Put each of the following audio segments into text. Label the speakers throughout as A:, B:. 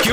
A: ¿Qué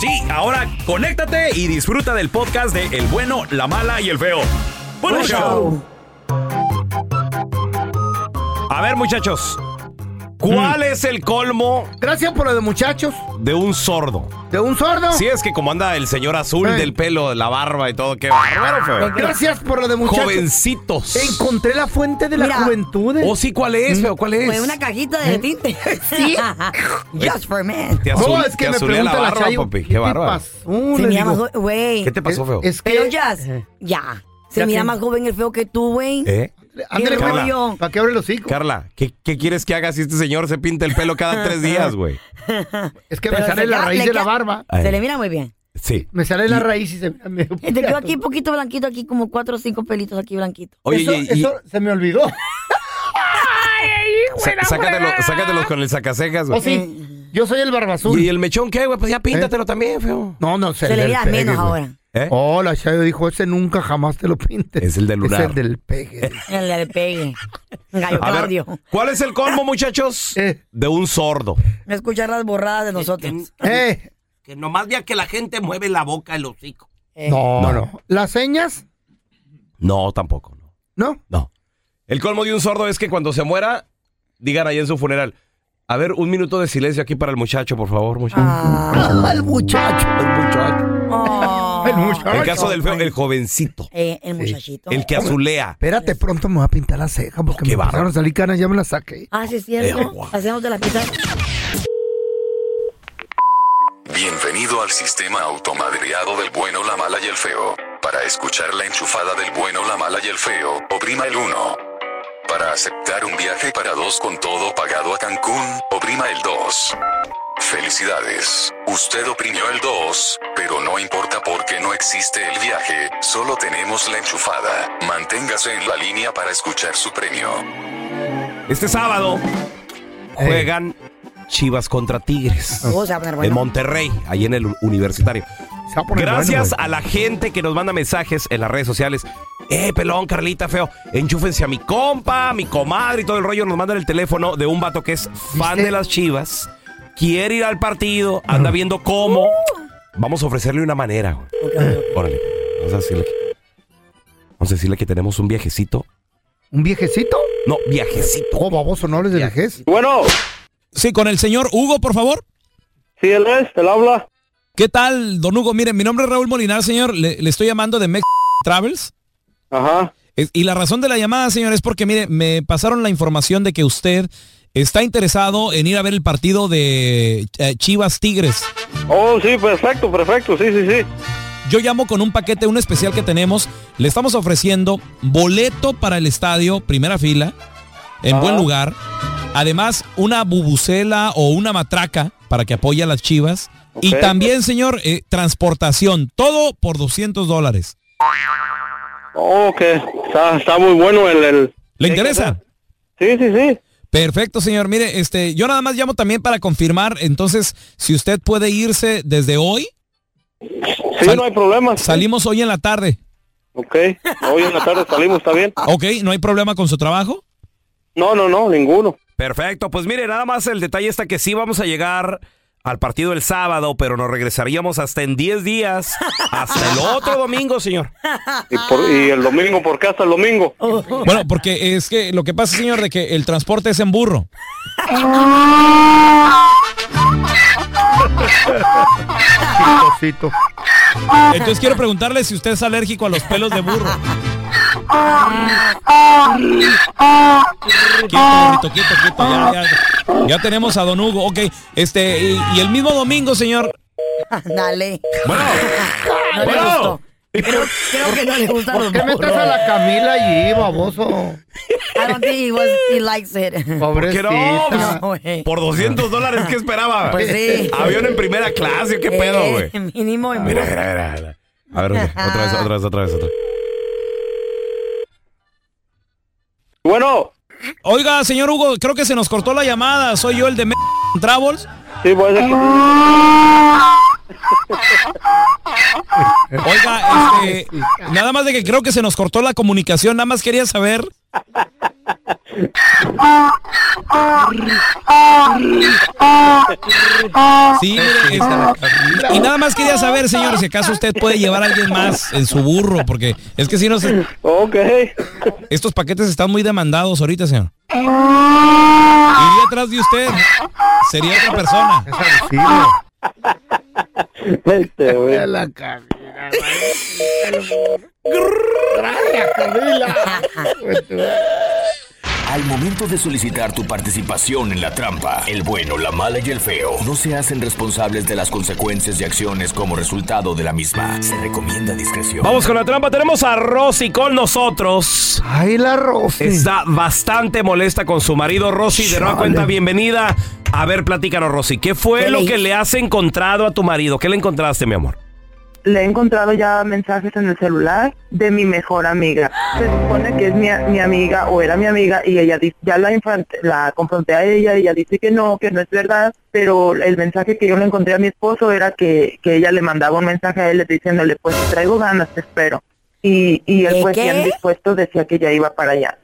A: Sí, ahora conéctate y disfruta del podcast de El bueno, la mala y el feo. Bueno
B: Buen
A: show. A ver, muchachos. ¿Cuál es el colmo
B: Mm. Gracias por lo de muchachos.
A: de un sordo?
B: ¿De un sordo?
A: Si es que como anda el señor azul
B: Ey.
A: del pelo, la barba y todo, qué bárbaro, feo.
B: Pues Gracias por lo de muchachos.
A: Jovencitos.
B: Encontré la fuente de la
C: Mira.
B: juventud.
A: ¿O Oh, sí cuál es, feo? ¿Cuál es? ¿Eh?
C: Fue una cajita de tinte. Sí. Just for men.
A: Te azul,
B: No, es que
A: te
B: me
A: azulea
B: pregunta
A: la
B: la,
A: barba,
B: Chayo,
A: papi.
B: ¿qué
A: Qué bárbaro.
B: pasó? Le
C: Se mira más
B: digo,
C: jo- güey.
A: ¿Qué te pasó, feo?
B: Es
C: Pero
B: que...
C: ya,
B: Eh,
C: ya. Se
B: Ya
C: mira
B: que-
C: más joven el feo que tú, güey.
A: ¿Eh?
B: Ándale,
C: ¿Qué
B: Carla.
C: rollo?
B: ¿Para qué abre el hocico?
A: Carla, ¿qué, qué quieres que haga si este señor se pinta el pelo cada tres días, güey?
B: Es que me
C: Pero
B: sale
C: se
B: la
C: queda-
B: raíz
C: le
B: de la
C: queda-
B: barba.
A: Ay.
C: Se le mira muy bien.
A: Sí.
B: Me sale la raíz y se me... me-
C: Te quedó aquí poquito blanquito, aquí como cuatro o cinco pelitos aquí blanquito.
A: Oye,
B: Eso,
A: y- y-
B: eso se me olvidó.
A: sa- sácatelo- sácatelos con el sacasegas,
B: O
A: güey.
B: Oh, sí, yo soy el ¿Eh? barbazul.
A: ¿Y el mechón qué, güey? Pues ya píntatelo también, feo.
B: No, no sé.
C: Se le mira menos ahora.
A: ¿Eh?
B: Oh, la Chayo dijo, ese nunca jamás te lo pintes.
A: Es el del lunar.
B: Es el del pegue.
C: El del pegue. Gallo
A: A ver,
C: Claudio.
A: ¿cuál es el colmo, muchachos?
B: Eh.
A: De un sordo.
C: No escuchar las borradas de nosotros.
B: Eh,
D: Que nomás vea que la gente mueve la boca el hocico.
B: no, no, Las señas,
A: No, tampoco. No.
B: ¿no?
A: no. El colmo de un sordo es que cuando se muera, digan allá en su funeral, a ver, un minuto de silencio aquí para el muchacho, por favor, muchacho.
C: Ah,
B: Al muchacho.
A: El muchacho.
C: oh.
B: El muchacho.
A: El caso del feo, el jovencito.
C: Eh, el muchachito.
A: El que azulea.
B: Espérate, pronto me voy a pintar la ceja porque
A: qué
B: me
A: bárbaro.
B: empezaron a salir canas, ya me las saqué.
C: Ah, sí, es cierto.
A: Eh, guau.
C: Hacemos de la pizza.
E: Bienvenido al sistema automadreado del bueno, la mala y el feo. Para escuchar la enchufada del bueno, la mala y el feo, oprima el 1. Para aceptar un viaje para dos con todo pagado a Cancún, oprima el 2. Felicidades, usted oprimió el 2, pero no importa porque no existe el viaje, solo tenemos la enchufada. Manténgase en la línea para escuchar su premio.
A: Este sábado
B: Eh.
A: juegan Chivas contra Tigres.
C: Oh, se va a poner
A: En
C: bueno.
A: Monterrey, ahí en el universitario.
B: Se va a poner
A: Gracias
B: bueno,
A: a la gente que nos manda mensajes en las redes sociales. Eh, pelón, Carlita, feo. Enchúfense a mi compa, a mi comadre y todo el rollo. Nos mandan el teléfono de un vato que es fan
B: ¿Viste?
A: de las chivas. Quiere ir al partido, anda viendo cómo. Vamos a ofrecerle una manera, güey. Órale, vamos a decirle que. Vamos a decirle que tenemos un viajecito.
B: güey. ¿Un viejecito?
A: No, viajecito.
B: Oh, baboso, no hables de vejez.
F: Bueno,
G: Sí, con el señor Hugo, por favor.
F: sí, él es, él habla.
G: ¿Qué tal, don Hugo? Mire, mi nombre es Raúl Molinar, señor. Le, le estoy llamando de Mex Travels.
F: Ajá.
G: Es- y la razón de la llamada, señor, es porque, mire, me pasaron la información de que usted está interesado en ir a ver el partido de eh, Chivas Tigres.
F: Oh, sí, perfecto, perfecto, sí, sí, sí.
G: Yo llamo con un paquete, un especial que tenemos. Le estamos ofreciendo boleto para el estadio, primera fila, en buen lugar. Además, una bubucela o una matraca para que apoye a las chivas.
A: Y también, señor, eh, transportación. Todo por 200 dólares.
G: Oh, que está, está muy bueno el... el-
A: ¿Le interesa?
G: Sí, sí, sí.
A: Perfecto, señor. Mire, este, yo nada más llamo también para confirmar. Entonces, si usted puede irse desde hoy.
G: Sí, no hay problema.
A: Salimos hoy en la tarde.
G: Ok, hoy en la tarde salimos, ¿está bien?
A: Ok, ¿no hay problema con su trabajo?
G: No, no, no, ninguno.
H: Perfecto, pues mire, nada más el detalle está que sí vamos a llegar al partido el sábado, pero nos regresaríamos hasta en 10 días, hasta el otro domingo, señor.
G: ¿Y, por- y el domingo? ¿Por qué hasta el domingo?
A: Bueno, porque es que lo que pasa, señor, de que el transporte es en burro.
I: Ah.
A: Entonces quiero preguntarle si usted es alérgico a los pelos de burro. Quieto, burrito, quieto, quieto. Ya, ya- ya tenemos a Don Hugo. Ok, este, y, y el mismo domingo, señor.
C: Dale.
A: Bueno,
C: No le gustó. Creo, creo que no le gusta
B: ¿Por qué metes a la Camila allí, baboso?
C: I don't think he, was, he likes it.
B: Pobrecita.
C: No, güey.
H: Por 200 dólares, ¿qué esperaba?
C: Pues sí.
H: Avión en primera clase, ¿qué pedo, güey?
C: Eh, Mínimo en
H: Mira, mira, mira, mira. A ver, otra otra vez, otra vez, otra vez, otra vez.
G: Bueno.
A: Oiga, señor Hugo, creo que se nos cortó la llamada. Soy yo el de M- Travels.
G: Sí, pues
A: Oiga, este, nada más de que creo que se nos cortó la comunicación, nada más quería saber. Sí, mire, este, y nada más quería saber, señor, si acaso usted puede llevar a alguien más en su burro, porque es que si no se-
G: Ok.
A: Estos paquetes están muy demandados ahorita, señor. Iría atrás de usted. Sería otra persona.
G: Este, güey.
B: La Camila. Gracias, Camila.
J: Al momento de solicitar tu participación en la trampa, el bueno, la mala y el feo no se hacen responsables de las consecuencias y acciones como resultado de la misma. Se recomienda discreción.
H: Vamos con la trampa. Tenemos a Rosy con nosotros.
B: Ay, la Rosy.
H: Está bastante molesta con su marido, Rosy. De nueva
B: Chale.
H: cuenta, bienvenida. A ver, platícanos, Rosy. ¿Qué fue
I: ¿Qué
H: lo
I: le
H: que le has encontrado a tu marido? ¿Qué le encontraste, mi amor?
I: le he encontrado ya mensajes en el celular de mi mejor amiga. Se supone que es mi, mi amiga o era mi amiga y ella dice, ya la, infan- la confronté a ella y ella dice que no, que no es verdad, pero el mensaje que yo le encontré a mi esposo era que, que ella le mandaba un mensaje a él diciéndole, pues te traigo ganas, te espero. Y, y él
C: ¿Qué,
I: pues
C: qué?
I: bien dispuesto decía que ya iba para allá.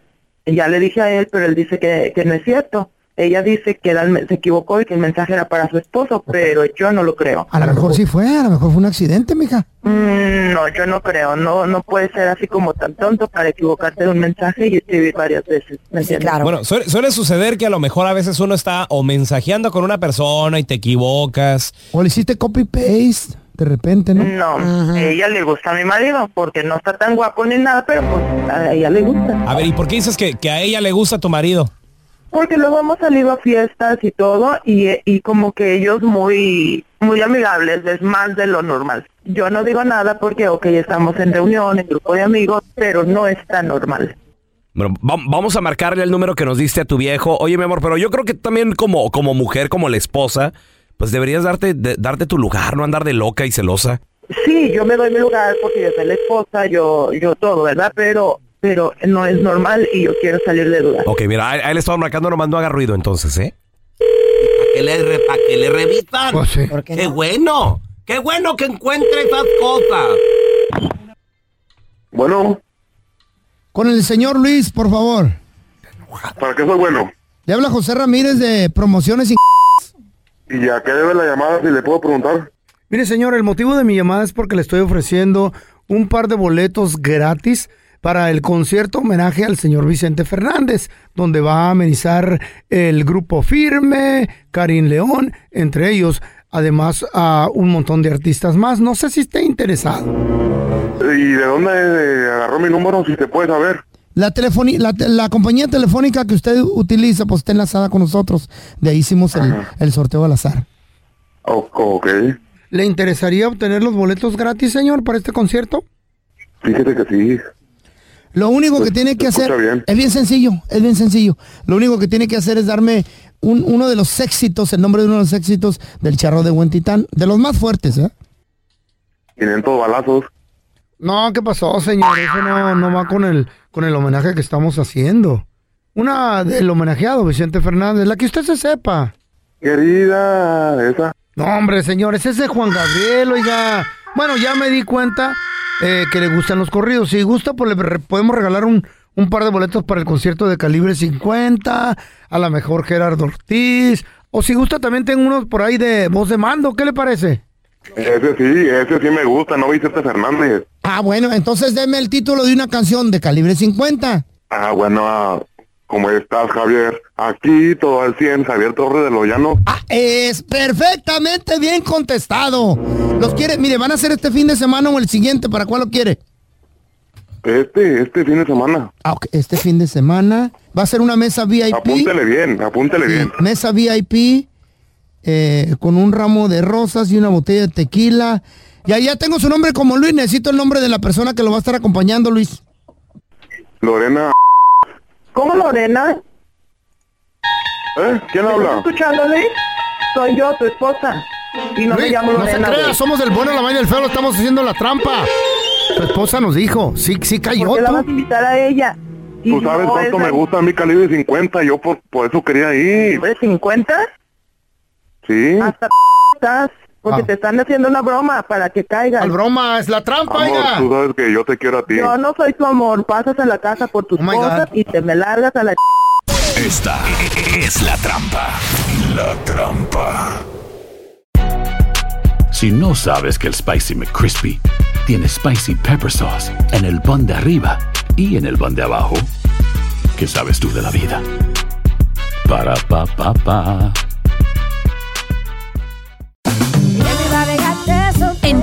I: Y Ya le dije a él, pero él dice que, que no es cierto. Ella dice que era el men- se equivocó y que el mensaje era para su esposo, pero yo no lo creo.
B: A lo mejor sí fue, a lo mejor fue un accidente, mija.
I: Mm, No, yo no creo, no no puede ser así como tan tonto para equivocarte de un mensaje y escribir varias veces, ¿me entiendes?
A: Bueno, suele, suele suceder que a lo mejor a veces uno está o mensajeando con una persona y te equivocas.
B: O le hiciste copy-paste de repente, ¿no?
I: No, a ella le gusta a mi marido porque no está tan guapo ni nada, pero pues a ella le gusta.
A: A ver, ¿y por qué dices que, que a ella le gusta tu marido?
I: Porque luego hemos salido a fiestas y todo y, y como que ellos muy muy amigables, es más de lo normal. Yo no digo nada porque, ok, estamos en reunión, en grupo de amigos, pero no es tan normal.
H: Bueno, va- vamos a marcarle el número que nos diste a tu viejo. Oye, mi amor, pero yo creo que también como, como mujer, como la esposa, pues deberías darte, de- darte tu lugar, no andar de loca y celosa.
I: Sí, yo me doy mi lugar porque yo soy la esposa, yo, yo todo, ¿verdad? Pero, pero no es normal y yo quiero salir de duda.
H: Ok, mira, ahí ahí le estamos marcando, nomás no haga ruido entonces, ¿eh?
K: que le, re- pa' que le revisan. qué bueno. Qué bueno que encuentre esas cosas.
B: Bueno. Con el señor Luis, por favor.
L: ¿Para qué soy bueno?
B: Le habla José Ramírez de Promociones y...
L: ¿Y ya qué debe la llamada si le puedo preguntar?
B: Mire, señor, el motivo de mi llamada es porque le estoy ofreciendo un par de boletos gratis para el concierto homenaje al señor Vicente Fernández, donde va a amenizar el grupo Firme, Karim León, entre ellos, además a un montón de artistas más. No sé si esté interesado.
L: ¿Y de dónde eh, agarró mi número si te puede saber?
B: La, telefoni- la, te- la compañía telefónica que usted utiliza, pues está enlazada con nosotros. De ahí hicimos el, el sorteo al azar.
L: O- Oh, ok.
B: ¿Le interesaría obtener los boletos gratis, señor, para este concierto?
L: Fíjese que sí.
B: Lo único que tiene
L: se
B: que
L: escucha
B: hacer
L: bien.
B: es bien sencillo, es bien sencillo. Lo único que tiene que hacer es darme un- uno de los éxitos, el nombre de uno de los éxitos del charro de Huentitán, de los más fuertes, ¿eh?
L: 500 balazos.
B: No, ¿qué pasó, señor? Eso no, no va con el, con el homenaje que estamos haciendo. Una del homenajeado, Vicente Fernández, la que usted se sepa.
L: Querida, esa.
B: No, hombre, señores, ese es Juan Gabriel, oiga. Bueno, ya me di cuenta eh, que le gustan los corridos. Si gusta, pues le re- podemos regalar un, un par de boletos para el concierto de Calibre 50, a la mejor Gerardo Ortiz. O si gusta, también tengo unos por ahí de voz de mando. ¿Qué le parece?
L: Ese sí, ese sí me gusta, ¿no? Vicente Fernández.
B: Ah, bueno, entonces deme el título de una canción de Calibre 50.
L: Ah, bueno, ah, ¿cómo estás, Javier? Aquí todo al 100, Javier Torres de Loyano.
A: Ah.
B: Ah, Es perfectamente bien contestado. ¿Los quiere? Mire, ¿van a hacer este fin de semana o el siguiente? ¿Para cuál lo quiere?
L: Este, este fin de semana.
B: Ah, ok, Este fin de semana. Va a ser una mesa VIP.
L: Apúntele bien, apúntele bien.
B: Mesa VIP eh, con un ramo de rosas y una botella de tequila. Ya, ya tengo su nombre como Luis. Necesito el nombre de la persona que lo va a estar acompañando, Luis.
L: Lorena.
I: ¿Cómo Lorena?
L: ¿Eh? ¿Quién habla?
I: escuchándole? Soy yo, tu esposa. Y no me
B: Luis,
I: llamo
B: no se
I: Lorena.
B: crea,
I: güey.
B: somos el bueno, la mala y el feo. Lo estamos haciendo la trampa. Tu esposa nos dijo. Sí, sí cayó.
I: ¿Por qué la
B: tú.
I: vas a invitar a ella? Y
L: Tú sabes
I: no,
L: cuánto
I: esa-
L: me gusta a mí calibre 50, yo por, por eso quería ir.
I: ¿Calibre Ah. 50?
L: Sí.
I: Hasta p- estás, porque te están haciendo una broma para que caigas. La
B: Ah. broma es la trampa,
L: Amor, tú sabes que yo te quiero a ti.
I: Yo no soy tu amor, pasas a la casa por
B: Oh
I: tus cosas y te me largas a la
J: Esta es la trampa.
H: La trampa. Si no sabes que el Spicy McCrispy tiene Spicy Pepper Sauce en el pan de arriba y en el pan de abajo, ¿qué sabes tú de la vida? Para, pa, pa, pa.
M: En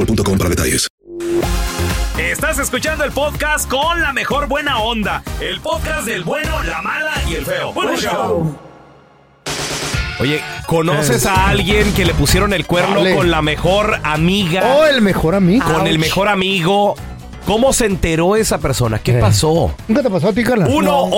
N: para detalles.
O: Estás escuchando el podcast con la mejor buena onda. El podcast del bueno, la mala y el feo. Bueno, show.
A: Oye, ¿conoces a alguien que le pusieron el cuerno
O: Dale.
A: con la mejor amiga?
B: O Oh, el mejor amigo.
A: Con el mejor amigo. ¿Cómo se enteró esa persona? ¿Qué pasó?
B: ¿Nunca te pasó a ti, Carla? Eh. No.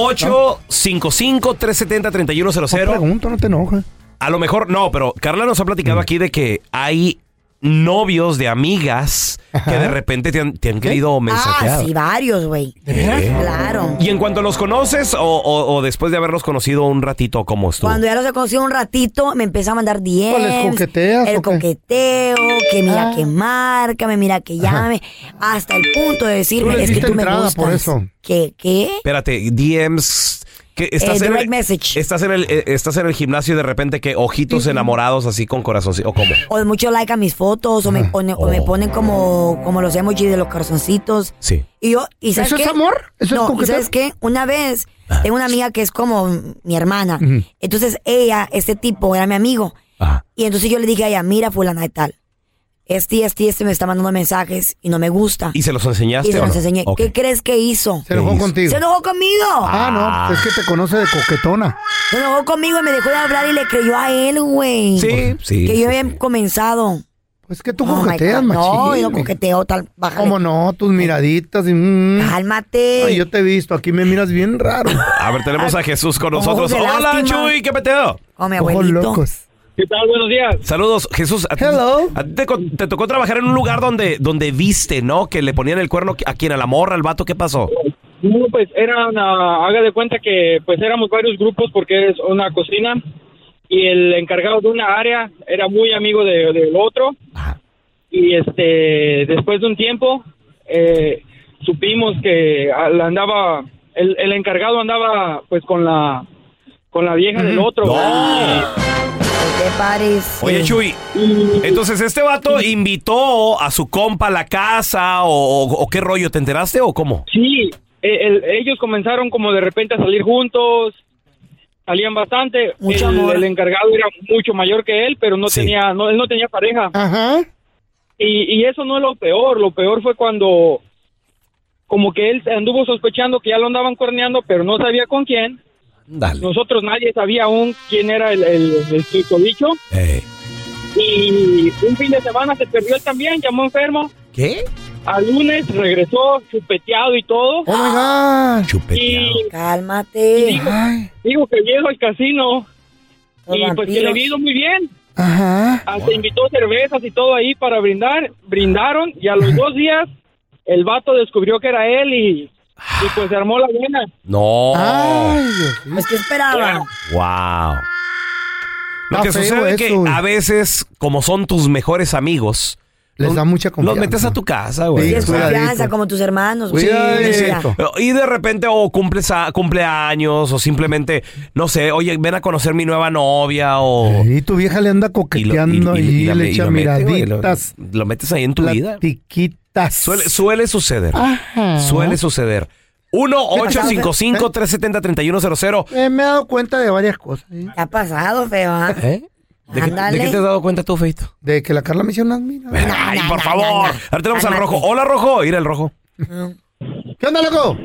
A: 1-855-370-3100.
B: Pregunto, no te enojes.
A: A lo mejor, no, pero Carla nos ha
B: Mm.
A: platicado aquí de que hay novios de amigas que de repente te han, te han querido mensajear.
C: Ah, sí, varios, güey.
A: ¿Eh?
C: Claro.
A: Y en cuanto los conoces o, o- o después de haberlos conocido un ratito, ¿cómo estuvo?
C: Cuando ya los he conocido un ratito, me empieza a mandar 10.
A: ¿Cuál es?
B: ¿Coqueteas
C: El
B: o qué?
C: coqueteo, que mira
B: Ah.
C: que marca, me mira que llame. Hasta el punto de
B: Tú
C: decirme,
B: le
C: es que
B: diste
C: tú me
B: entrada
C: gustas.
B: por eso.
C: ¿Qué? ¿Qué?
A: Espérate, DMs. que estás,
C: Eh,
A: en
C: direct
A: el, estás en el eh, estás en el gimnasio y de repente que ojitos enamorados así con corazón o cómo
C: O de mucho like a mis fotos, o me, o ne- o
B: Oh.
C: me ponen como, como los emojis de los corazoncitos.
A: sí
C: Y yo, ¿y sabes
B: ¿Eso es
C: qué?
B: amor? ¿Eso es
C: no, ¿y
B: coqueteo?
C: sabes qué? Una vez tengo una amiga que es como mi hermana.
B: Ujú.
C: Entonces ella, este tipo, era mi amigo.
A: Ajá.
C: Y entonces yo le dije a ella, mira fulana de tal. Este y este y este me está mandando mensajes y no me gusta.
A: y se los enseñaste
C: Y se
A: o
C: los
A: no?
C: enseñé.
A: Ok.
C: ¿Qué crees que hizo?
B: Se enojó contigo.
C: Se enojó conmigo.
B: Ah, no, es que te conoce de coquetona.
C: Se enojó conmigo y me dejó de hablar y le creyó a él, güey. Pues,
B: Sí, sí,
C: Que
B: sí,
C: yo había comenzado.
B: Pues que tú
C: coqueteas, No,
B: machín,
C: yo no
B: güey.
C: coqueteo tal. Bájale.
B: ¿Cómo no? Tus miraditas. Y, mm.
C: Cálmate.
B: yo te he visto, aquí me miras bien raro.
A: a ver tenemos a Jesús con
B: Ojos
A: nosotros
B: de
A: hola
B: lástima.
A: Chuy qué peteo
C: Oh, mi
B: Ojos
A: abuelito.
B: locos.
A: qué tal buenos días saludos Jesús a ti, a ti te, co- te tocó trabajar en un lugar donde donde viste no que le ponían el cuerno a quien a la morra al vato qué pasó
P: No, pues eran, ah, haga de cuenta que pues éramos varios grupos porque es una cocina y el encargado de una área era muy amigo de- del otro. Y este, después de un tiempo, eh, supimos que al- andaba, el, el encargado andaba pues con la, con la vieja del otro.
C: ¿Qué pares?
A: Oye, Chuy, entonces este vato invitó a su compa a la casa o, o- o qué rollo, ¿te enteraste o cómo?
P: Sí, eh, el- ellos comenzaron como de repente a salir juntos, salían bastante.
A: Mucho
P: el,
A: amor.
P: el encargado era mucho mayor que él, pero no
A: Sí.
P: tenía, no, él no tenía pareja. Y, y eso no es lo peor, lo peor fue cuando como que él anduvo sospechando que ya lo andaban corneando, pero no sabía con quién. Nosotros nadie sabía aún quién era el, el, el susodicho.
C: Eh.
P: Y un fin de semana se perdió él también, llamó enfermo.
A: ¿Qué?
P: Al lunes regresó chupeteado y todo.
C: Oh my God.
P: Chupeteado.
C: Cálmate.
P: digo, digo que llego al casino.
C: Los
P: y pues que le
C: vampiros.
P: había ido muy bien.
B: Ajá.
P: Hasta invitó cervezas y todo ahí para brindar. Brindaron y a los dos días el vato descubrió que era él y, y pues se armó la buena.
A: No.
C: Pues que esperaba.
A: Wow. Lo
C: Está
A: que
C: feo
A: sucede es que
C: eso, güey.
A: a veces, como son tus mejores amigos,
B: les da mucha
A: confianza. Los metes a tu casa, güey.
C: Tienes
A: O sea,
C: confianza como tus hermanos.
A: Sí,
C: güey.
A: sí.
C: Mira.
A: Y de repente o cumples a- cumpleaños o simplemente, no sé, oye, ven a conocer mi nueva novia o...
B: Y tu vieja le anda coqueteando y,
A: la-
B: le
A: y
B: echa
A: lo mete, güey, lo-
B: miraditas.
A: Lo, metes ahí en tu vida.
B: Platiquitas.
A: Suele, suele suceder.
B: Ajá.
A: Suele suceder. 1-855-370-3100.
B: Eh, me he dado cuenta de varias cosas. ¿eh?
C: ¿Te ha pasado, feo? ah?
A: ¿Eh? ¿De qué,
C: Ándale.
A: de qué te has dado cuenta tú, Feito?
B: De que la Carla me hizo unas miras.
A: Ay, por favor. Ahora tenemos al rojo. Hola, rojo. Ir el rojo.
B: ¿Qué onda, loco?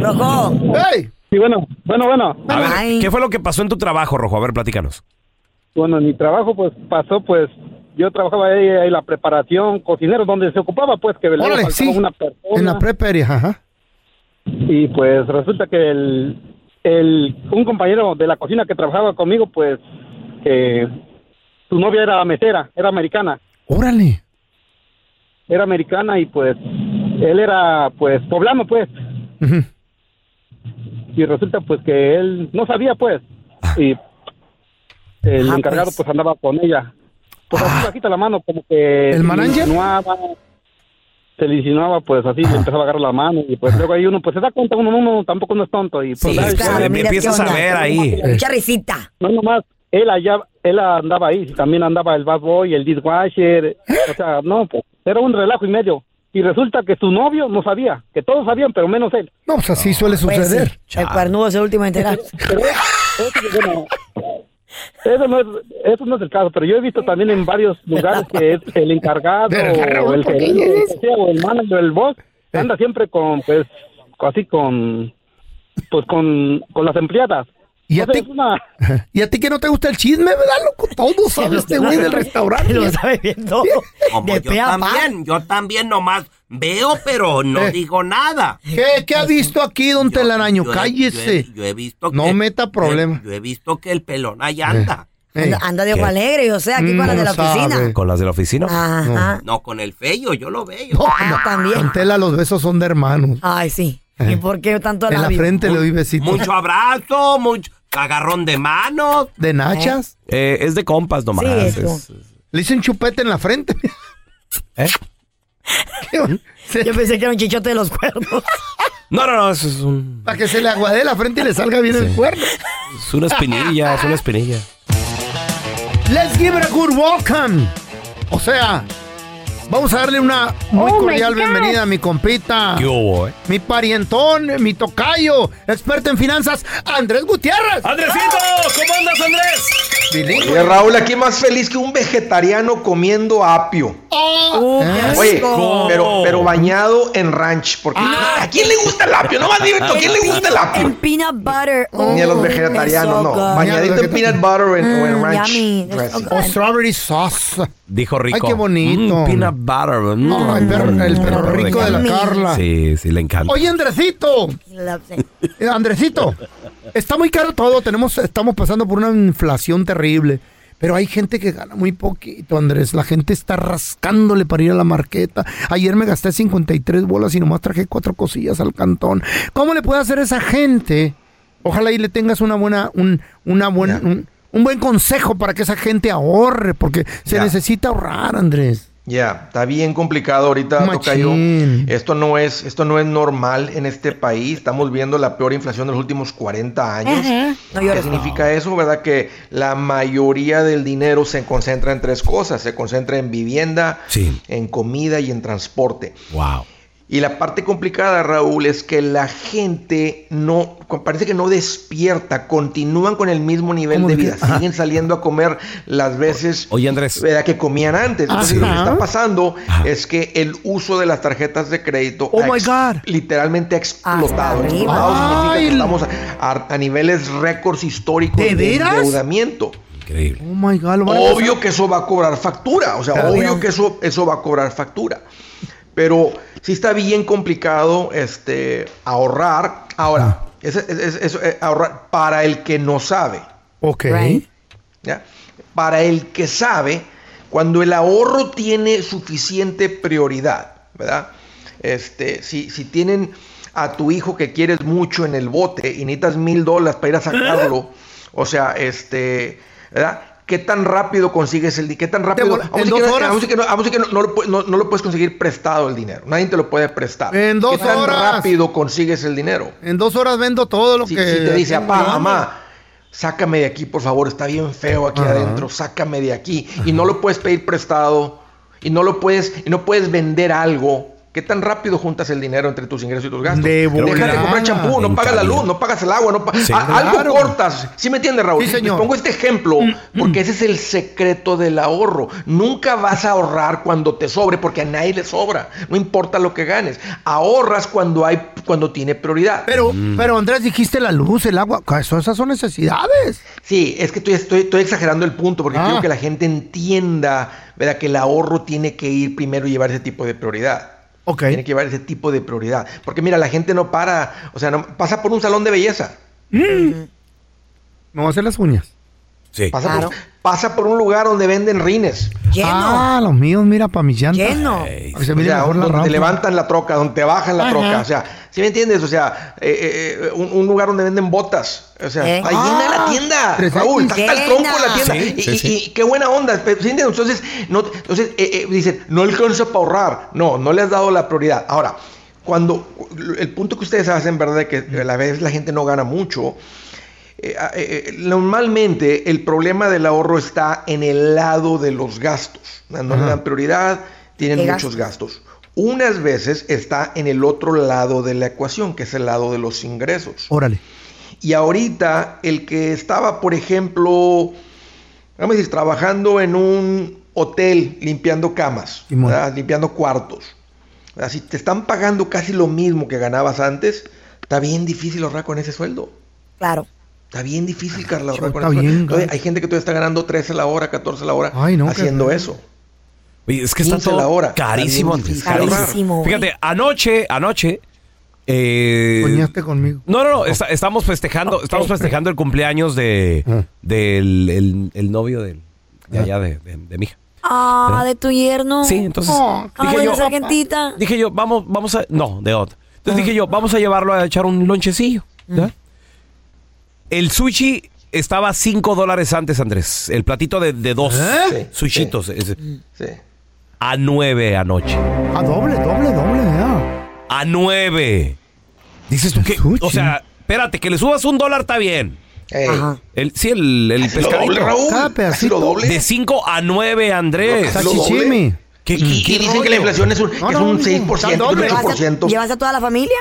C: ¡Rojo!
B: ¡Ey!
P: Sí, bueno, bueno, bueno.
A: A ver, ¿qué fue lo que pasó en tu trabajo, rojo? A ver, platícanos.
P: Bueno, en mi trabajo pues pasó pues yo trabajaba ahí en la preparación cocineros donde se ocupaba pues que velaba
B: Órale,
P: faltaba
B: sí.
P: una persona
B: En la preperia, ajá.
P: y pues resulta que el, el un compañero de la cocina que trabajaba conmigo pues eh, su novia era mesera, era americana.
B: Órale.
P: era americana y pues él era pues poblano pues
B: Ujú.
P: y resulta pues que él no sabía pues y el
B: Ah,
P: encargado
B: pues.
P: pues. andaba con ella pues así bajita la mano como que
B: ¿El
P: se le
B: manager?
P: insinuaba, se le insinuaba pues así le empezaba a agarrar la mano y pues luego ahí uno pues se da cuenta uno uno tampoco no es tonto y pues
A: Sí,
P: ay,
A: es que
P: ya,
A: se le
P: mira qué
A: empiezas a
P: onda.
A: ver ahí.
C: Mucha risita.
P: no nomás él allá él andaba ahí también andaba el bad boy el dishwasher o sea no pues era un relajo y medio y resulta que su novio no sabía que todos sabían pero menos él
B: No, pues así suele
C: Pues sí,
B: suceder.
C: el cuernudo es el último a enterar.
P: Bueno, eso no, es, eso no es el caso, pero yo he visto también en varios lugares que es el encargado o el, gerente, o el que sea, o el manager, el boss, anda siempre con, pues, así con, pues, con, con las empleadas.
B: ¿Y a,
P: O sea,
B: ti,
P: es una-
B: ¿Y a ti que no te gusta el chisme, verdad, loco? Todo sabe este güey del restaurante.
D: Lo
B: sabe bien todo.
D: Como pues yo también, yo también nomás veo, pero no
B: Eh.
D: digo nada.
B: ¿Qué, qué ha visto aquí, don Telaraño?
D: yo he-
B: Cállese.
D: yo he visto
B: No meta problemas.
D: Yo he visto que el pelón ahí anda.
C: Anda, anda de ojo
D: ¿Qué?
C: alegre, o sea,
B: Mm,
C: aquí con la de la oficina.
A: ¿Con las de la oficina?
C: Ajá.
D: No, con el feyo, yo lo veo.
C: también.
B: Don Tela, los besos son de hermanos. Eh.
C: Ay, sí. ¿Y por qué tanto
B: En la
C: labio?
B: frente le doy besitos.
D: Mucho abrazo, mucho agarrón de manos.
B: ¿De nachas?
A: Eh, es de compas nomás.
B: Sí,
A: Es-
B: eso. Le hice un chupete en la frente.
A: ¿Eh?
C: Yo pensé que era un chichote de los cuernos.
A: No, no, no, eso es, un-
B: Para que se le aguade la frente y le salga bien el cuerno.
A: es una espinilla, es una espinilla.
B: Let's give it a good welcome. O sea, vamos a darle una muy
Q: Oh, my
B: cordial
Q: God.
B: bienvenida a mi compita.
A: ¿Qué hubo, eh?
B: Mi parientón, mi tocayo, experto en finanzas, Andrés Gutiérrez.
A: ¡Andresito! ¿Cómo andas, Andrés?
R: Oye, Raúl, aquí más feliz que un vegetariano comiendo apio.
D: Uh,
B: ¿Eh?
R: Oye, pero, pero bañado en ranch. Porque
D: Ah.
R: ¿a quién le gusta el apio? No más dime, ¿a quién le gusta el apio?
C: En peanut butter.
R: Ni a los
C: Oh,
R: vegetarianos,
C: it's so
R: no.
C: good.
R: Bañadito en peanut butter o en- o en
C: Mm,
R: ranch.
C: yummy. That's so
R: dressing.
C: good.
B: O strawberry sauce.
A: Dijo rico.
B: Ay, qué bonito.
A: Mm, peanut butter. mm.
B: Ay, pero el perro
A: Mm.
B: rico de la Carla.
A: Sí, sí, le encanta.
B: Oye, Andresito.
C: Loves it.
B: Eh, Andresito, está muy caro todo. Tenemos, estamos pasando por una inflación terrible. Pero hay gente que gana muy poquito, Andrés. La gente está rascándole para ir a la marqueta. Ayer me gasté 53 bolas y nomás traje cuatro cosillas al cantón. ¿Cómo le puede hacer esa gente? Ojalá y le tengas una buena, un, una buena, un, un buen consejo para que esa gente ahorre, porque se necesita ahorrar, Andrés.
R: Ya, está bien complicado ahorita,
B: Machín.
R: Tocayo. Esto no es, esto no es normal en este país. Estamos viendo la peor inflación de los últimos 40 años.
C: Ajá. No
R: ¿Qué
C: llores.
R: significa eso? ¿Verdad? Que la mayoría del dinero se concentra en tres cosas. Se concentra en vivienda, en comida y en transporte.
G: Wow.
R: Y la parte complicada, Raúl, es que la gente no, parece que no despierta, continúan con el mismo nivel
A: ¿Cómo
R: de
A: que?
R: vida,
A: Ajá.
R: siguen saliendo a comer las veces
A: Oye, Andrés.
R: ¿verdad? que comían antes. Entonces lo que
A: Ajá.
R: está pasando es que el uso de las tarjetas de crédito
B: Oh
R: ha
B: my
R: ex- literalmente ha explotado. Explotado significa que estamos a, a niveles récords históricos
B: ¿De veras?
R: endeudamiento.
B: Oh my God, lo van a
R: Obvio que eso va a cobrar factura, o sea,
B: Claro.
R: obvio que eso, eso va a cobrar factura. Pero sí está bien complicado este, ahorrar. Ahora, es- es- es- es- eh, ahorrar para el que no sabe.
B: Ok.
R: ¿ya? Para el que sabe, cuando el ahorro tiene suficiente prioridad, ¿verdad? Este, si, si tienen a tu hijo que quieres mucho en el bote y necesitas mil dólares para ir a sacarlo, o sea, este, ¿verdad? ¿Qué tan rápido consigues el dinero? ¿Qué tan rápido?
B: vol-
R: Vamos a
B: en
R: decir
B: dos
R: que-
B: horas.
R: vamos a decir que no- vamos a decir que no- no lo pu- no- no lo puedes conseguir prestado el dinero. Nadie te lo puede prestar.
B: En dos
R: ¿Qué tan
B: horas.
R: rápido consigues el dinero?
B: En dos horas vendo todo lo
R: Si,
B: que.
R: si te dice, papá,
B: Tengo.
R: mamá, sácame de aquí, por favor, está bien feo aquí adentro, sácame de aquí. Y no lo puedes pedir prestado, y no lo puedes, y no puedes vender algo. ¿Qué tan rápido juntas el dinero entre tus ingresos y tus gastos?
B: De
R: Dejas de
B: volada.
R: comprar champú, no
B: En
R: pagas la
B: caliente.
R: luz, no pagas el agua, no pa-
B: Sí,
R: a-
B: claro.
R: algo cortas. ¿Sí me entiendes, Raúl?
B: Sí, señor. Mm,
R: Les pongo este ejemplo porque ese es el secreto del ahorro. Nunca vas a ahorrar cuando te sobre porque a nadie le sobra, no importa lo que ganes. Ahorras cuando hay cuando tiene prioridad.
B: Pero,
A: Mm.
B: pero Andrés, dijiste la luz, el agua. Eso, esas son necesidades.
R: Sí, es que estoy, estoy, estoy exagerando el punto porque
B: Ah.
R: quiero que la gente entienda ¿verdad? que el ahorro tiene que ir primero y llevar ese tipo de prioridad. Tiene que llevar ese tipo de prioridad. Porque mira, la gente no para, o sea, no, pasa por un salón de belleza.
B: Mm. Me voy a hacer las uñas.
A: Sí.
R: Pasa, por, pasa por un lugar donde venden rines.
B: Ah, los míos, mira, para mis llantas.
R: Lleno.
B: Para
R: O
B: que se
R: sea,
B: mire mejor la
R: donde
B: rampa.
R: te levantan la troca, donde te bajan la
B: Ajá.
R: troca. O sea, ¿sí me entiendes? O sea, eh, eh, eh, un, un lugar donde venden botas. O sea,
B: ¿Eh?
R: está llena
A: Ah.
R: la tienda.
B: Tres
R: Raúl,
B: años.
R: está hasta el tronco la tienda.
B: Sí,
R: y,
B: sí,
R: y-
B: sí.
R: y qué buena onda. pero, ¿sí entiendes? Entonces, no, entonces eh, eh, dicen, no alcanza para ahorrar. No, no le has dado la prioridad. Ahora, cuando el punto que ustedes hacen, ¿verdad? De que a la vez la gente no gana mucho. Eh, ah, eh, eh, normalmente el problema del ahorro está en el lado de los gastos. No le
F: Ajá.
R: dan prioridad, tienen
F: ¿Qué
R: muchos gastos. Unas veces está en el otro lado de la ecuación, que es el lado de los ingresos.
B: Órale.
R: Y ahorita el que estaba, por ejemplo, vamos a decir, trabajando en un hotel limpiando camas,
B: Simón.
R: ¿verdad? limpiando cuartos. ¿verdad? Si te están pagando casi lo mismo que ganabas antes, está bien difícil ahorrar con ese sueldo.
C: Claro.
R: Está bien difícil, Carla, ahorrar con
B: Ah, está
R: ese sueldo.
B: bien,
R: Entonces,
B: gacho.
R: hay gente que todavía está ganando 13 la hora, 14 la hora
B: Ay, no, qué
R: haciendo
B: feo.
R: eso.
A: Oye, es que está
R: 15
A: todo
R: la hora.
A: carísimo.
R: Está bien
A: Andrés, carísimo.
R: Carísimo, güey.
A: Fíjate, anoche, anoche. eh,
B: Soñaste conmigo.
A: no, no, no, está- estamos festejando, estamos festejando el cumpleaños de del el, el novio del, de allá de, de, de mi hija.
C: Ah,
A: ¿Eh?
C: de tu yerno.
A: Sí, entonces,
B: Oh,
A: dije
C: ay,
A: yo-
C: Oh, esa gentita.
A: Dije yo, vamos, vamos a. No, de otro. Entonces dije yo, vamos a llevarlo a echar un lonchecillo.
C: Mm.
A: ¿ya? El sushi estaba a 5 dólares antes, Andrés. El platito de, de dos
B: ¿Eh?
A: sushitos. ese.
R: Sí.
A: A 9 anoche.
B: Ah, doble, doble, doble, ya.
A: A 9. Dices tú que. O sea, espérate, que le subas un dólar está bien.
B: Ajá.
A: El, sí, el, el
B: lo
A: pescadito.
B: doble, Raúl. Cada Casi pedacito. lo doble.
A: De 5 a 9, Andrés.
B: Casi lo doble. Sachichimi.
A: ¿Qué,
R: Y- y
A: qué
R: dicen
A: rollo?
R: que la inflación es un,
B: No,
R: que es
B: no,
R: un
B: no,
R: 6%,
B: está
R: un
B: doble.
R: 8%.
C: ¿Llevas a toda la familia?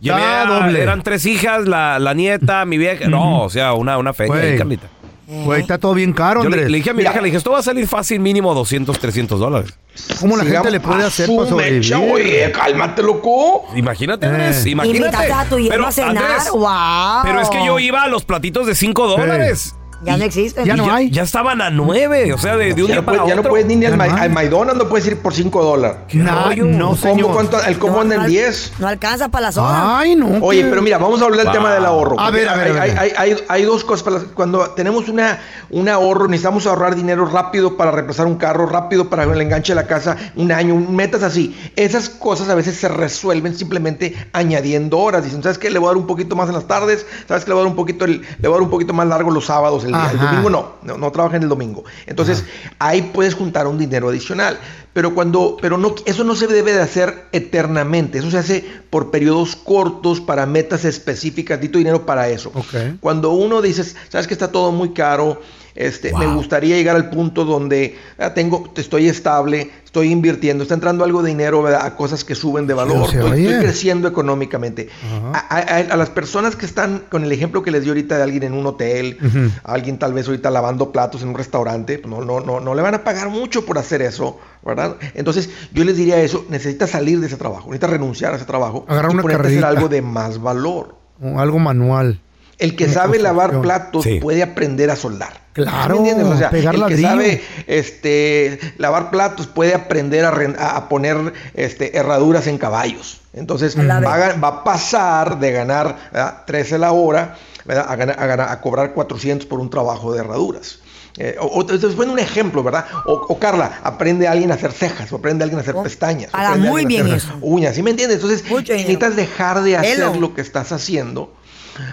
A: Llevé
B: Ah,
A: a-
B: doble.
A: Eran tres hijas, la, la nieta, mi vieja. No, o sea, una, una feria
B: Güey.
A: ahí, Carlita.
B: Güey, está todo bien caro,
A: Eh. Yo
B: Andrés.
A: le, le dije a mi
B: Mira,
A: vieja, le dije, esto va a salir fácil mínimo 200, 300 dólares.
B: ¿Cómo la gente
R: Digamos,
B: le puede hacer
R: asume,
B: para sobrevivir?
R: chavo, oye, cálmate, loco.
A: Imagínate, Andrés,
B: Eh.
A: imagínate.
C: Invitaste a tu yerno
A: Pero,
C: a cenar.
A: Andrés,
C: wow.
A: pero es que yo iba a los platitos de 5 dólares.
C: Ya no existe.
A: Y Ya estaban a 9, o sea, de, de un
R: ya,
A: día
R: no puedes-
A: para
R: ya no
A: otro.
R: puedes ni ir al, Ma- al Maidona, no puedes ir por 5 dólares.
B: No, no,
R: ¿Cómo,
B: señor.
R: cuánto- el cómo anda en
C: al-
R: 10?
C: No alcanza para las horas.
B: Ay, no.
R: Oye,
B: que-
R: pero mira, vamos a hablar del
B: Wow.
R: tema del ahorro.
B: A ver, a ver,
R: Hay,
B: a ver.
R: hay- hay- hay- hay dos cosas. Para las- cuando tenemos una, un ahorro, necesitamos ahorrar dinero rápido para reemplazar un carro, rápido para el enganche de la casa, un año, un- metas así. Esas cosas a veces se resuelven simplemente añadiendo horas. Dicen, ¿sabes qué? Le voy a dar un poquito más en las tardes, ¿sabes qué? Le voy a dar un poquito, el- le voy a dar un poquito más largo los sábados, el el, el
B: Ajá.
R: domingo no, no, no trabajan el domingo. Entonces, ahí puedes juntar un dinero adicional. Pero cuando, pero no, eso no se debe de hacer eternamente, eso se hace por periodos cortos, para metas específicas, di tu dinero para eso.
B: Ok.
R: Cuando uno dices, sabes que está todo muy caro, este, me gustaría llegar al punto donde ah, tengo, estoy estable, estoy invirtiendo, está entrando algo de dinero ¿verdad? a cosas que suben de valor,
B: se
R: estoy, estoy
B: oye.
R: creciendo económicamente. A, a- a- a las personas que están con el ejemplo que les di ahorita de alguien en un hotel,
B: Ujú.
R: alguien tal vez ahorita lavando platos en un restaurante, pues, no, no, no, no le van a pagar mucho por hacer eso, ¿verdad? Entonces yo les diría eso, necesitas salir de ese trabajo, necesitas renunciar a ese trabajo
B: Agarrar
R: y
B: una
R: ponerte a hacer
B: carrerita.
R: algo de más valor.
B: O Algo manual.
R: El que
B: Una
R: sabe lavar
B: construcción.
R: platos pues.
B: Sí.
R: puede aprender a soldar.
B: Claro,
R: ¿Sí me entiendes? O sea,
B: pegar
R: el que
B: ladrillo.
R: sabe este, lavar platos puede aprender a, ren- a- a poner este, herraduras en caballos. Entonces va, a ga- va a pasar de ganar ¿verdad? 13 la hora ¿verdad? A, ganar- a ganar- a cobrar 400 por un trabajo de herraduras. Eh, o, o te estoy poniendo un ejemplo, ¿verdad? O, o Carla, aprende a alguien a hacer cejas, o aprende a alguien a hacer pestañas. o
C: haga
R: aprende a
C: Oh, muy
R: alguien a
C: bien
R: hacer Uñas, ¿sí me entiendes? Entonces necesitas dejar de hacer
C: Velo.
R: lo que estás haciendo.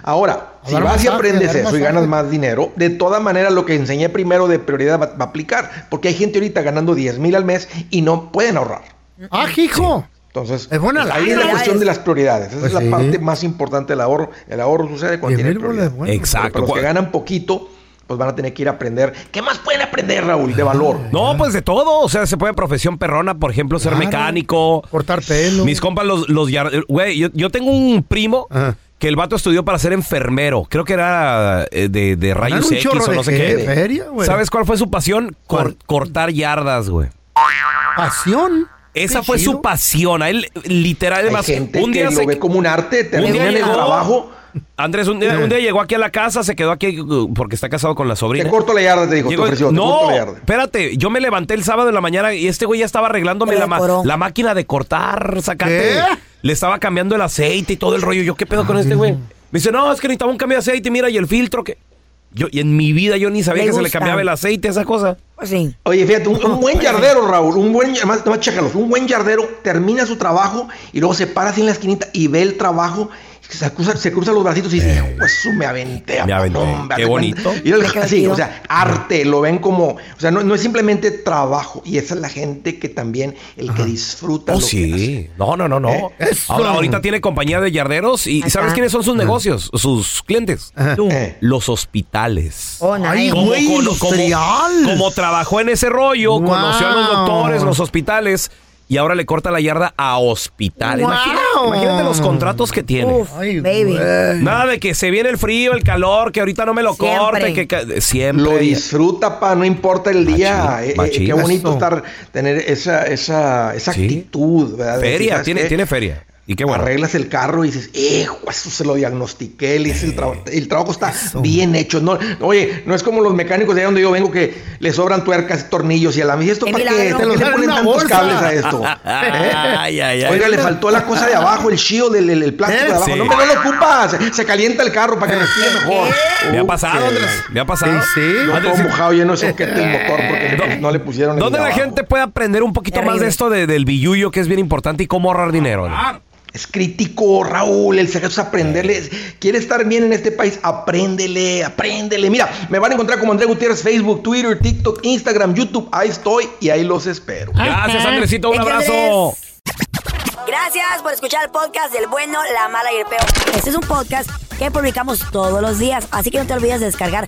R: Ahora, si
B: dar
R: vas y
B: masaje,
R: aprendes
B: dar
R: eso y
B: masaje.
R: ganas más dinero, de toda manera lo que enseñé primero de prioridad va, va a aplicar, porque hay gente ahorita ganando 10 mil al mes y no pueden ahorrar.
B: ¡Ah, hijo!
R: Entonces, pues,
B: Es buena la-
R: ahí es la
B: Prioridades.
R: cuestión de las prioridades. Esa
B: Pues
R: es la
B: sí.
R: parte más importante del ahorro. El ahorro sucede
B: 10,000
R: cuando tiene
B: bolas,
R: prioridad.
B: bueno.
A: Exacto.
R: Pero los que ganan poquito, pues van a tener que ir a aprender. ¿Qué más pueden aprender, Raúl, de valor?
A: No, pues de todo. O sea, se puede profesión perrona, por ejemplo, ser mecánico.
B: Cortar pelo.
A: Mis compas, los, los yar- Güey, yo, yo tengo un primo que el vato estudió para ser enfermero. Creo que era eh, de, de rayos
B: un
A: X
B: chorro
A: o
B: de
A: no sé
B: fe-
A: qué.
B: feria, güey.
A: ¿Sabes cuál fue su pasión? Cor- cortar yardas, güey.
B: ¿Pasión?
A: Esa
B: Qué
A: fue
B: chido.
A: su pasión. A él, literal,
R: Hay
A: además,
R: gente
A: un día
R: que
A: se-
R: lo ve como un arte, termina en el
A: llegó-
R: trabajo.
A: Andrés, un día, un día llegó aquí a la casa, se quedó aquí uh, porque está casado con la sobrina.
R: Te corto la yarda, te dijo, te
A: Llegó-
R: ofreció, te
A: no,
R: corto la yarda.
A: espérate, yo me levanté el sábado en la mañana y este güey ya estaba arreglándome la, ma- la máquina de cortar, sacate.
B: ¿Qué?
A: Le estaba cambiando el aceite y todo el rollo. Yo, ¿qué pedo con este güey? Me dice, no, es que necesitaba un cambio de aceite, mira, y el filtro que... Yo, y en mi vida yo ni sabía
R: Le
A: que se le
R: gusta. Pues
A: cambiaba el aceite, esa cosa.
R: Oye, fíjate, un, un buen yardero, Raúl, un buen, además, además, chécalos, un buen yardero termina su trabajo y luego se para así en la esquinita y ve el trabajo, se cruza, se cruza los bracitos y dice, "Hijo, pues su me aventé.
A: Eh. Me aventé.
R: hombre,
A: Qué
R: hazte
A: bonito.
R: cuenta". Y lo- sí, o sea, arte, lo ven como, o sea, no, no es simplemente trabajo y esa es la gente que también, el que disfruta.
A: Oh,
R: lo que
A: sí. No, no, no, no.
R: Eh, eso.
A: Ahora, ahorita tiene compañía de yarderos y
R: Ajá.
A: ¿sabes quiénes son sus
R: Ajá.
A: negocios? Sus clientes. Tú.
R: Eh.
A: Los hospitales.
C: Ay,
A: Como-
C: güey,
A: como-
C: los
A: como- como trabajó en ese rollo,
C: Wow.
A: conoció a los doctores, los hospitales. Y ahora le corta la yarda a hospitales.
C: Wow.
A: Imagina- Imagínate, los contratos que tiene.
C: Uf, baby.
A: Nada de que se viene el frío, el calor, que ahorita no me lo
R: Siempre.
A: corte. Que, que- siempre.
R: Lo disfruta, pa, no importa el día.
A: Machín,
R: Eh, eh,
A: machín.
R: qué bonito
A: Eso.
R: estar, tener esa, esa, esa actitud, ¿verdad? Decir,
A: Feria,
R: ¿sabes
A: tiene,
R: qué?
A: tiene feria. Y qué bueno.
R: Arreglas el carro y dices, hijo, eso se lo diagnostiqué, le hice el, trabajo el trabajo está bien hecho. No, oye, no es como los mecánicos de ahí donde yo vengo que le sobran tuercas, tornillos y a la ¿Y esto
C: Qué
R: para qué?
C: milagro.
R: ¿Por
C: Te
R: qué
C: los
R: le
C: dan en
R: ponen
C: una
R: tantos
C: bolsa.
R: cables a esto?
A: Ay, ay, ay.
R: Oiga, le faltó la cosa de abajo, el shield, el, el- el plástico de abajo.
A: Sí.
R: No, me no lo ocupas. Se, se calienta el carro para que respire mejor.
A: Me ha
R: Uh,
A: pasado,
R: qué-
A: Andrés. Me ha pasado.
R: Yo
A: Andrés,
R: todo
A: sí.
R: mojado lleno de soquete el motor porque le- no le pusieron el
A: ¿Dónde la
R: abajo.
A: gente puede aprender un poquito más de esto de- del billuyo que es bien importante y cómo ahorrar dinero? Andrés?
R: Es crítico, Raúl, el secreto es aprenderle. ¿Quieres estar bien en este país? Apréndele, apréndele. Mira, me van a encontrar como André Gutiérrez, Facebook, Twitter, TikTok, Instagram, YouTube. Ahí estoy y ahí los espero.
A: Gracias, Andresito. Un
C: Thank you,
A: abrazo.
C: Gracias por escuchar el podcast del bueno, la mala y el peor. Este es un podcast que publicamos todos los días, así que no te olvides de descargar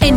M: En